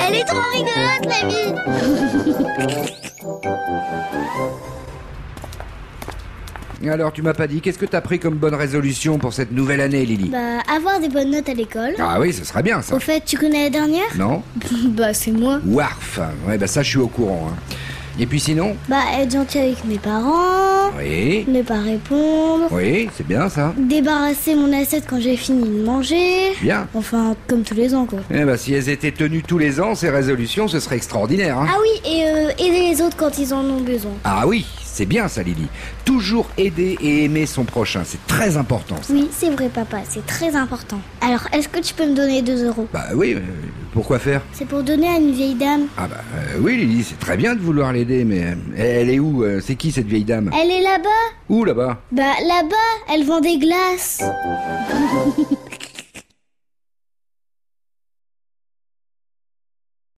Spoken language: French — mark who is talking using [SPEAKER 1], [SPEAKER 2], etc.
[SPEAKER 1] Elle est trop rigolote, mamie
[SPEAKER 2] Alors, tu m'as pas dit, qu'est-ce que t'as pris comme bonne résolution pour cette nouvelle année, Lily
[SPEAKER 1] Bah, avoir des bonnes notes à l'école.
[SPEAKER 2] Ah oui, ce serait bien ça.
[SPEAKER 1] Au fait, tu connais la dernière
[SPEAKER 2] Non
[SPEAKER 1] Bah, c'est moi.
[SPEAKER 2] Warf. Ouais, bah ça, je suis au courant. hein. Et puis sinon
[SPEAKER 1] Bah, être gentil avec mes parents,
[SPEAKER 2] Oui.
[SPEAKER 1] ne pas répondre,
[SPEAKER 2] Oui, c'est bien ça.
[SPEAKER 1] débarrasser mon assiette quand j'ai fini de manger.
[SPEAKER 2] Bien.
[SPEAKER 1] Enfin, comme tous les ans, quoi.
[SPEAKER 2] Eh bah, si elles étaient tenues tous les ans, ces résolutions, ce serait extraordinaire. Hein.
[SPEAKER 1] Ah oui, et euh, aider les autres quand ils en ont besoin.
[SPEAKER 2] Ah oui, c'est bien ça, Lily. Toujours aider et aimer son prochain, c'est très important. ça.
[SPEAKER 1] Oui, c'est vrai, papa, c'est très important. Alors, est-ce que tu peux me donner 2 euros
[SPEAKER 2] Bah oui, euh, pourquoi faire
[SPEAKER 1] C'est pour donner à une vieille dame.
[SPEAKER 2] Ah bah euh, oui, Lily, c'est très bien de vouloir l'aider, mais euh, elle est où euh, C'est qui cette vieille dame
[SPEAKER 1] Elle est là-bas
[SPEAKER 2] Où là-bas
[SPEAKER 1] Bah, là-bas, elle vend des glaces.